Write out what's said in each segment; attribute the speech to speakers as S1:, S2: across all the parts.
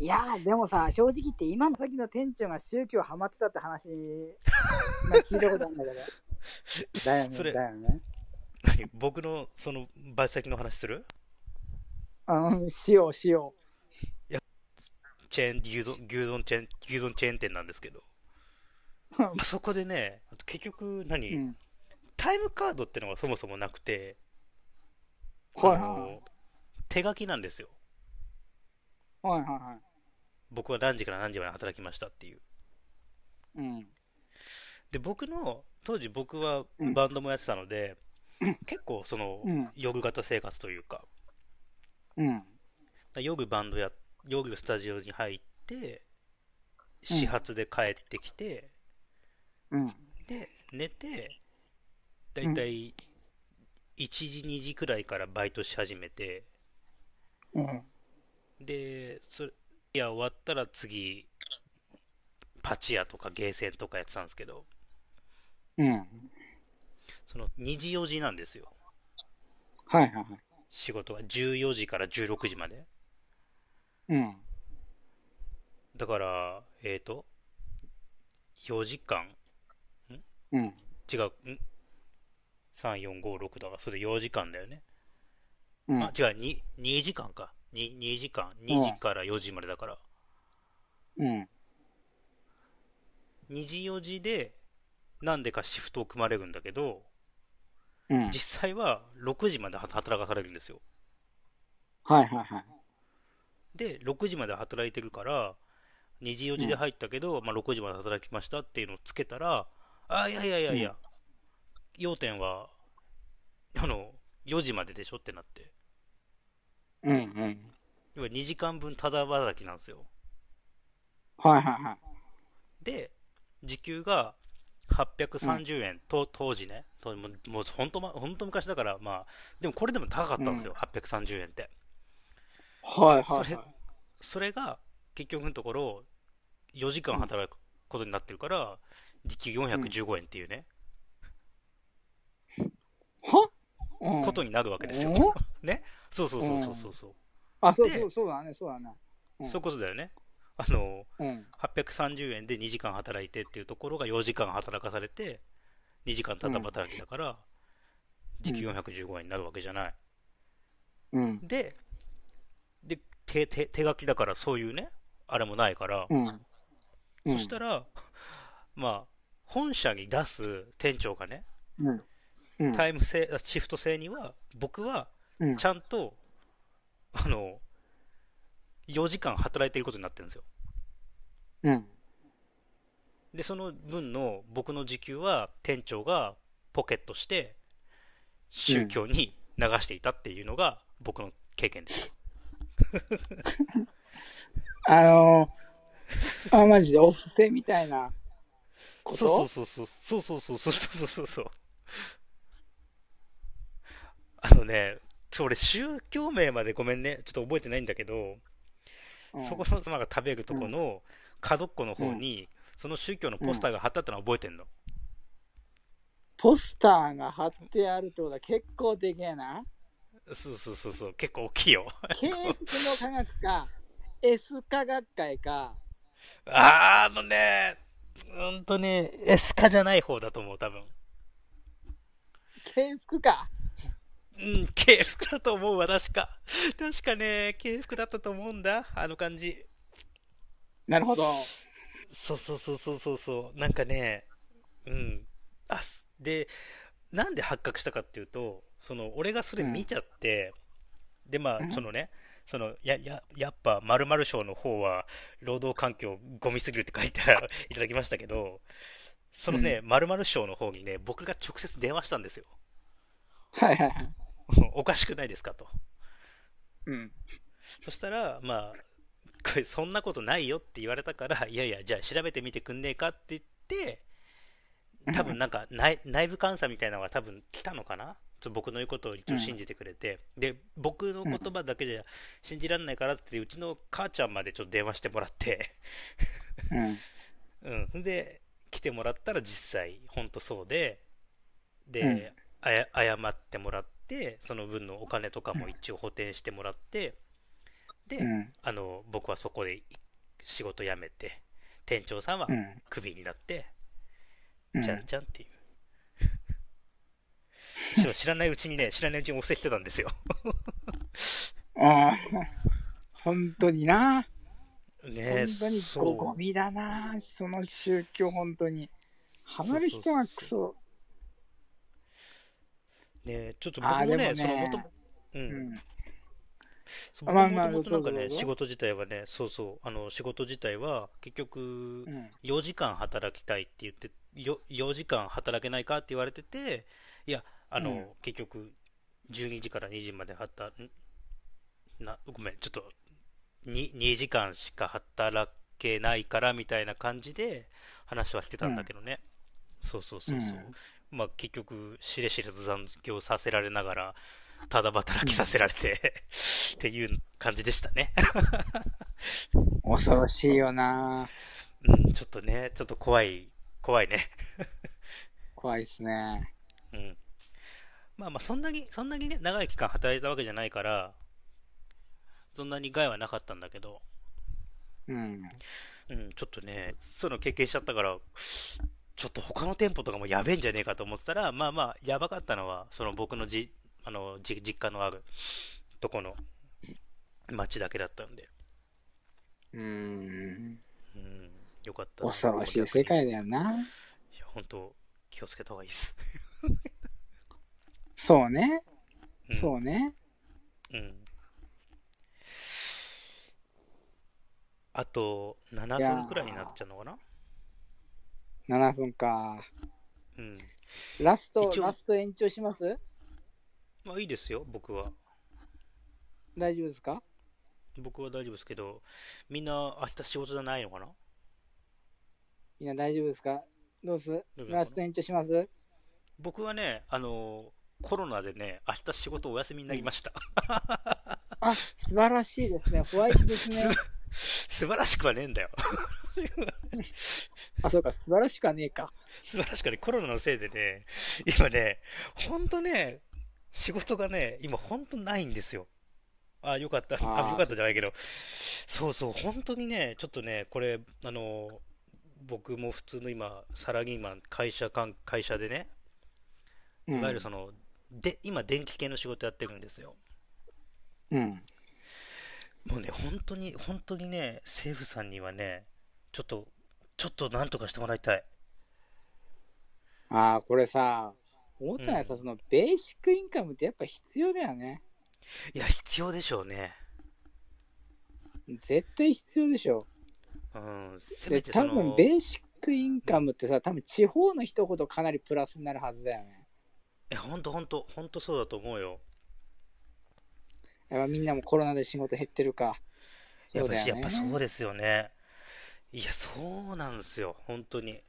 S1: いやーでもさ正直言って今の先の店長が宗教ハマってたって 話まあ聞いたことあるんだけどだよ
S2: そ
S1: ね
S2: れ
S1: だよね
S2: 何僕のそのバイト先の話する
S1: うんしようしよ
S2: チェーン牛丼牛丼チェーン牛丼チェーン店なんですけど、
S1: う
S2: あそこでね結局何、
S1: うん
S2: タイムカードってのがそもそもなくて、
S1: はいはい
S2: あの手書きなんですよ
S1: はいはいは
S2: 僕は何時から何時まで働きましたっていう
S1: いうん
S2: で僕の当時僕は
S1: うん
S2: バンドもやってたので、結構その、
S1: うん
S2: ヨグ型生活というか
S1: うん
S2: ヨグバンドやヨグスタジオに入って始発で帰ってきて、
S1: うん
S2: で寝てだいたい1時2時くらいからバイトし始めて
S1: うん
S2: でそれいや終わったら次パチ屋とかゲーセンとかやってたんですけど
S1: うん
S2: その2時4時なんですよ
S1: はいはいはい
S2: 仕事は14時から16時まで
S1: うん
S2: だからえー、と4時間
S1: うん
S2: 違うん3456だからそれ4時間だよね、
S1: うん
S2: あ違う 2, 2時間か 2, 2時間2時から4時までだから
S1: うん
S2: 2時4時でなんでかシフトを組まれるんだけど
S1: うん
S2: 実際は6時まで働かされるんですよ
S1: はいはいはい
S2: で6時まで働いてるから2時4時で入ったけど、まあ、6時まで働きましたっていうのをつけたらあいやいやいやいや、
S1: うん
S2: 要点はあの4時まででしょってなって
S1: うんうん
S2: 要は2時間分ただ働きなんですよ
S1: はいはいはい
S2: で時給が830円、と当時ね当時もうもう本当、ま、本当昔だからまあでもこれでも高かったんですよ、830円って
S1: はいはい
S2: それ
S1: はい
S2: それが結局のところ4時間働くことになってるから、時給415円っていうね、
S1: はうん
S2: ことになるわけですよ。 ねそうそうそうそうそうそう、
S1: あそう
S2: で
S1: そうそうだねそうだねうん
S2: そういうことだよね。あの
S1: うん
S2: 830円で2時間働いてっていうところが4時間働かされて2時間ただ働きだから、時給415円になるわけじゃない。
S1: うん
S2: でで手手手書きだからそういうねあれもないから、
S1: うん
S2: そしたら まあ本社に出す店長がね
S1: うんうん
S2: タイム制、あシフト制には、僕は
S1: うん
S2: ちゃんと、あの、4時間働いていることになってるんですよ。
S1: うん
S2: で、その分の僕の時給は店長がポケットして、宗教に流していたっていうのが僕の経験です。
S1: あのー、あ、マジでお布施みたいなこと
S2: そうそうそうそうそうそうそうそうそうそうそう。あのね、ちょ俺宗教名までごめんね、ちょっと覚えてないんだけど、
S1: うん
S2: そこの妻が食べるとこの角っこの方に、その宗教のポスターが貼ってあったのは覚えてんの。
S1: ポスターが貼ってあるってことは結構でけえ な。
S2: そうそうそうそう、結構大きいよ。
S1: 経育の科学か、S 科学会か、
S2: あーあのね、うんとね、エスカじゃない方だと思う、多分。
S1: 経服か。
S2: うん、軽服だと思うわ、確か。確かね、軽服だったと思うんだ、あの感じ。
S1: なるほど。
S2: そうそうそうそうそうそう、なんかね、うん。あ、すで、なんで発覚したかっていうと、その、俺がそれ見ちゃって、で、ま
S1: う
S2: あ、
S1: ん
S2: そのね、その、や、や、やっぱ、〇〇賞の方は、労働環境ゴミすぎるって 書いていただきましたけど、そのね、〇〇賞の方にね、僕が直接電話したんですよ。
S1: はいはいはい。
S2: おかしくないですかと。
S1: うん。
S2: そしたら、まあ、これそんなことないよって言われたから、いやいや、じゃあ調べてみてくんねえかって言って、多分なんか内内部監査みたいなのが多分来たのかなちょっと僕の言うことを一応信じてくれて、で、僕の言葉だけじゃ信じられないからって言って、うちの母ちゃんまでちょっと電話してもらって、
S1: うん。
S2: うん。んで、来てもらったら実際、ほんとそうで、で、
S1: うん
S2: あや謝ってもらって、その分のお金とかも一応補填してもらって、で、
S1: うん
S2: あの僕はそこで仕事辞めて店長さんは
S1: うん
S2: クビになって、
S1: うん
S2: じゃんじゃんっていう しかも知らないうちにね知らないうちにお布施してたんですよ
S1: ああ、本当にな。
S2: ね
S1: 本
S2: え
S1: 当に
S2: そ
S1: ごゴ
S2: う
S1: ミだな。その宗教、本当に。ハマる人がクソ。
S2: ねえちょっと僕
S1: あ
S2: もね
S1: でもね
S2: その元々う、
S1: うんん。
S2: そう僕
S1: ま
S2: も
S1: あまあ
S2: ともとなんか
S1: どうぞ
S2: ね、
S1: どうぞ
S2: 仕事自体はね、そうそう、あの仕事自体は結局
S1: う、ん。
S2: 4時間働きたいって言って、よ4時間働けないかって言われてて、いや、あの、
S1: うん
S2: 結局、12時から2時まで働んな、ごめん、ちょっと2、2時間しか働けないからみたいな感じで話はしてたんだけどね。そうそうそうそう。まあ結局、しれしれと残業させられながら、ただ働きさせられて っていう感じでしたね。
S1: 恐ろしいよな。
S2: うん、ちょっとね、ちょっと怖い、怖いね。
S1: 怖いっすね。
S2: うん。まあまあ、そんなに、そんなにね、長い期間働いたわけじゃないから、そんなに害はなかったんだけど、
S1: うん。
S2: うん、ちょっとね、そういうの経験しちゃったから、ちょっと他の店舗とかもやべえんじゃねえかと思ってたら、まあまあ、やばかったのは、その僕のじ、あの、じ、実家のあるとこの町だけだったんで、
S1: うん。
S2: うん、よかったな。
S1: 恐ろしい世界だよな。
S2: いや、本当気をつけた方がいいっす。
S1: そうね。
S2: ん
S1: そうね。
S2: うん。あと、7
S1: いや
S2: 分
S1: ー
S2: くらいになっちゃうのかな
S1: 7分か。
S2: うん。
S1: ラスト、
S2: 一応
S1: ラスト延長します
S2: まあいいですよ、僕は。
S1: 大丈夫ですか
S2: 僕は大丈夫ですけど、みんな明日仕事じゃないのかな
S1: みんな大丈夫ですかどうす
S2: 夫かな
S1: ラスト延長します
S2: 僕はね、あのーコロナでね、明日仕事お休みになりました。
S1: あ、素晴らしいですね。ホワイトです ね。
S2: 素晴らしくはねえんだよ。
S1: あ、そうか、素晴らしくはねえか。
S2: 素晴らしくはね、コロナのせいでね、 今ね、ほんとね、仕事がね、今ほんとないんですよ。あ、よかった。
S1: あ
S2: あ、
S1: ー
S2: よかったじゃないけど、そうそう、本当にね、ちょっとね、これ、あの、僕も普通の今、サラリーマン、会社関、会社でね、
S1: うん
S2: いわゆるその、で、今、電気系の仕事やってるんですよ。
S1: うん。
S2: もうね、本当に、本当にね、政府さんにはね、ちょっと、ちょっとなんとかしてもらいたい。
S1: ああ、これさ、思ったのはさ、
S2: うん
S1: そのベーシックインカムってやっぱ必要だよね。
S2: いや、必要でしょうね。
S1: 絶対必要でしょ。
S2: うん、せ
S1: で、
S2: めて
S1: 多
S2: その、
S1: 分ベーシックインカムってさ、多分地方の人ほどかなりプラスになるはずだよね。
S2: え、ほんとほんと、ほんとそうだと思うよ。
S1: やっぱみんなもコロナで仕事減ってるか。そ
S2: やっ
S1: う
S2: ぱ
S1: だ
S2: り、
S1: よ
S2: や
S1: ね。
S2: っぱそうですよね。いや、そうなんですよ、本当に。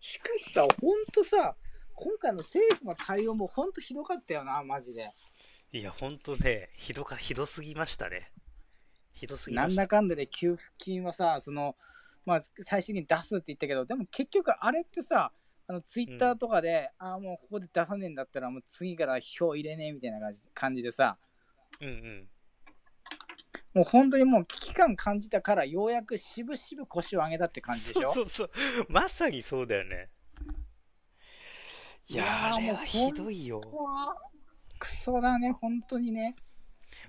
S1: しかしさ、ほんとさ、今回の政府の対応もほんとひどかったよな、マジで。
S2: いや、本当ね、ひどか、ひどすぎましたね。ひどすぎ
S1: な
S2: ま
S1: ん
S2: し
S1: だ
S2: た。
S1: かんだで給付金はさ、その、まあ、最終的に出すって言ったけど、でも結局あれってさ、あのツイッターとかで、ああ、もうここで出さねえんだったら、もう次から票入れねえみたいな感じ感じでさ、
S2: うんうん。
S1: もう本当にもう危機感感じたから、ようやくしぶしぶ腰を上げたって感じでしょ。
S2: そうそうそう。まさにそうだよね。い
S1: いや
S2: や
S1: ー
S2: ー、あれは
S1: もう
S2: ひどいよ。
S1: ここはクソだね、本当にね。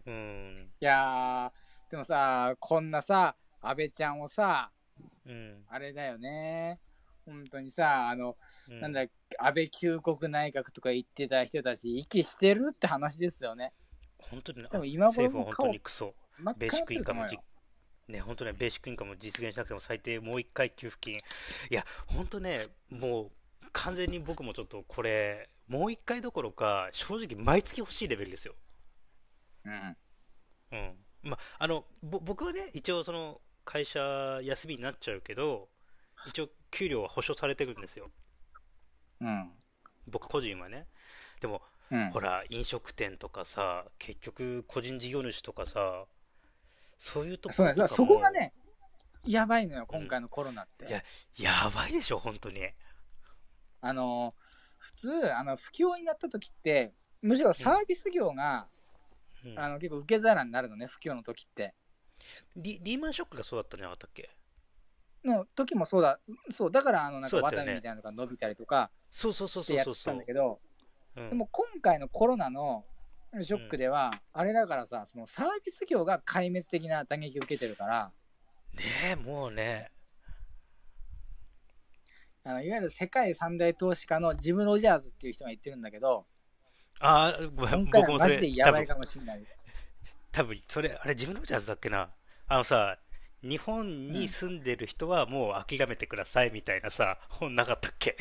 S2: うん。
S1: いやー、でもさ、こんなさ、安倍ちゃんをさ、
S2: うん。
S1: あれだよね。本当にさ、あの、
S2: うん
S1: なんだ、安倍旧国内閣とか言ってた人たち、息してるって話ですよね。
S2: 本当にね、
S1: でも
S2: あ
S1: 今頃
S2: 政府
S1: も
S2: は本当にクソ。
S1: 真っ
S2: ベー
S1: 赤
S2: シ
S1: に
S2: ックイン
S1: なって
S2: カ
S1: ると
S2: ム
S1: 思う
S2: じ
S1: よ、
S2: ね、本当ね、ベーシックインカムを実現しなくても最低もう一回給付金。いや、本当ね、もう完全に僕もちょっとこれ、もう一回どころか、正直毎月欲しいレベルですよ。
S1: うん。
S2: うん。まあ、あの、ぼ僕はね、一応その、会社休みになっちゃうけど、一応給料は保証されてるんですよ。
S1: うん。
S2: 僕個人はね。でも、
S1: うん
S2: ほら、飲食店とかさ、結局個人事業主とかさ、そういうとこ
S1: そうな
S2: ろ
S1: ん
S2: と
S1: で
S2: か
S1: す
S2: も
S1: そこがね、やばいのよ、今回のコロナって。
S2: いややばいでしょ、本当に。
S1: あの、普通、あの、不況になった時って、むしろサービス業が、
S2: うん
S1: あの結構受け皿になるのね、不況の時って。
S2: リリーマンショックがそうだったんじゃなかったっけ
S1: の時もそうだ、そう、だからあのなんか
S2: そうだっ
S1: ワ
S2: たよ
S1: タ
S2: ね
S1: ミみたいなのが伸びたりとか
S2: そうそうそう
S1: して
S2: そう
S1: やっ
S2: そう
S1: て
S2: そ
S1: たん
S2: う
S1: だけど、
S2: うん
S1: でも今回のコロナのショックでは、あれだからさ、そのサービス業が壊滅的な打撃を受けてるから、
S2: ねえもうね
S1: あのいわゆる世界三大投資家のジム・ロジャーズっていう人が言ってるんだけど、
S2: ああごめん
S1: 今回
S2: 僕
S1: は
S2: もそ
S1: マ
S2: れ
S1: ジでやばい
S2: 多
S1: か
S2: 分
S1: もしれない。
S2: 多分それあれ自分のジャズだっけなあのさ日本に住んでる人はもう諦めてくださいみたいなさ、本なかったっけ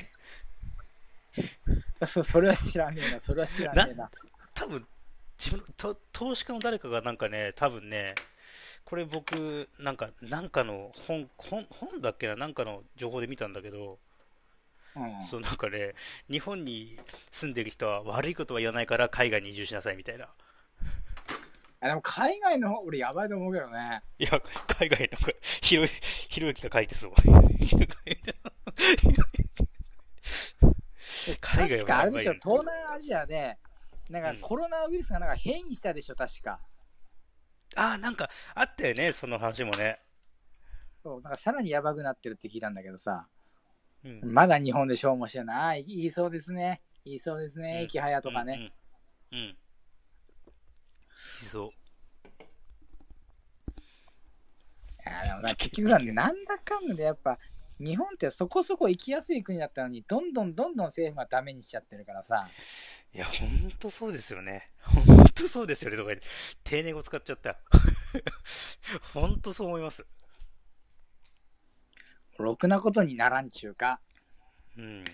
S1: そうそれは知らねえな、それは知らねえな。
S2: 多分自分のと投資家の誰かがなんかね多分ねこれ僕なんかなんかの本本本だっけななんかの情報で見たんだけど、
S1: うん
S2: そうなんかね、日本に住んでる人は悪いことは言わないから海外に移住しなさいみたいな。
S1: あでも海外の方、俺やばいと思うけどね。
S2: いや、海外なんか、ひろゆひろゆきが書いてそう。海外
S1: 確か
S2: は
S1: あ
S2: や
S1: れ
S2: ば
S1: で
S2: い
S1: しょ
S2: よ、
S1: 東南アジアで、なん
S2: う
S1: か
S2: ん
S1: コロナウイルスがなんか変異したでしょ、確か。
S2: ああ、なんかあったよね、その話もね。
S1: そうなんかさらにやばくなってるって聞いたんだけどさ、
S2: うん、
S1: まだ日本で消耗してない。あー言いそうですね。言いそうです
S2: うん
S1: ね。駅早とかね。。
S2: うん。うんうんいそう。
S1: いやでもな結局さ、なんだかんだでやっぱ、日本ってそこそこ行きやすい国だったのに、どんどんどんどん政府がダメにしちゃってるからさ、
S2: いや、ほんとそうですよね。ほんとそうですよね、とか言って、丁寧語使っちゃった。 ほんとそう思います。
S1: ろくなことにならんちゅうか。
S2: うん。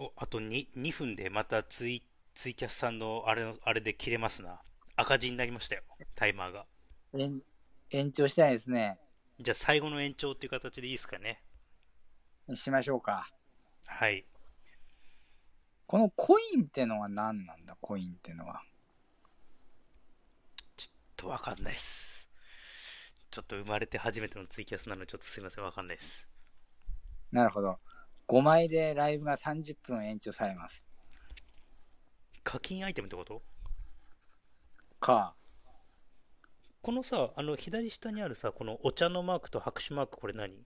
S2: お、あと 2, 2分でまたツイ、ツイキャスさんのあれの、あれで切れますな。赤字になりましたよ、タイマーが。
S1: 延延長したいですね。
S2: じゃあ最後の延長っていう形でいいですかね。
S1: しましょうか。
S2: はい。
S1: このコインってのは何なんだ、コインってのは。
S2: と、わかんないっす。ちょっと生まれて初めてのツイキャスなので、ちょっとすいません、わかんないっす。
S1: なるほど。5枚でライブが30分延長されます。
S2: 課金アイテムってこと
S1: か。
S2: このさ、あの、左下にあるさ、このお茶のマークと拍手マーク、これ何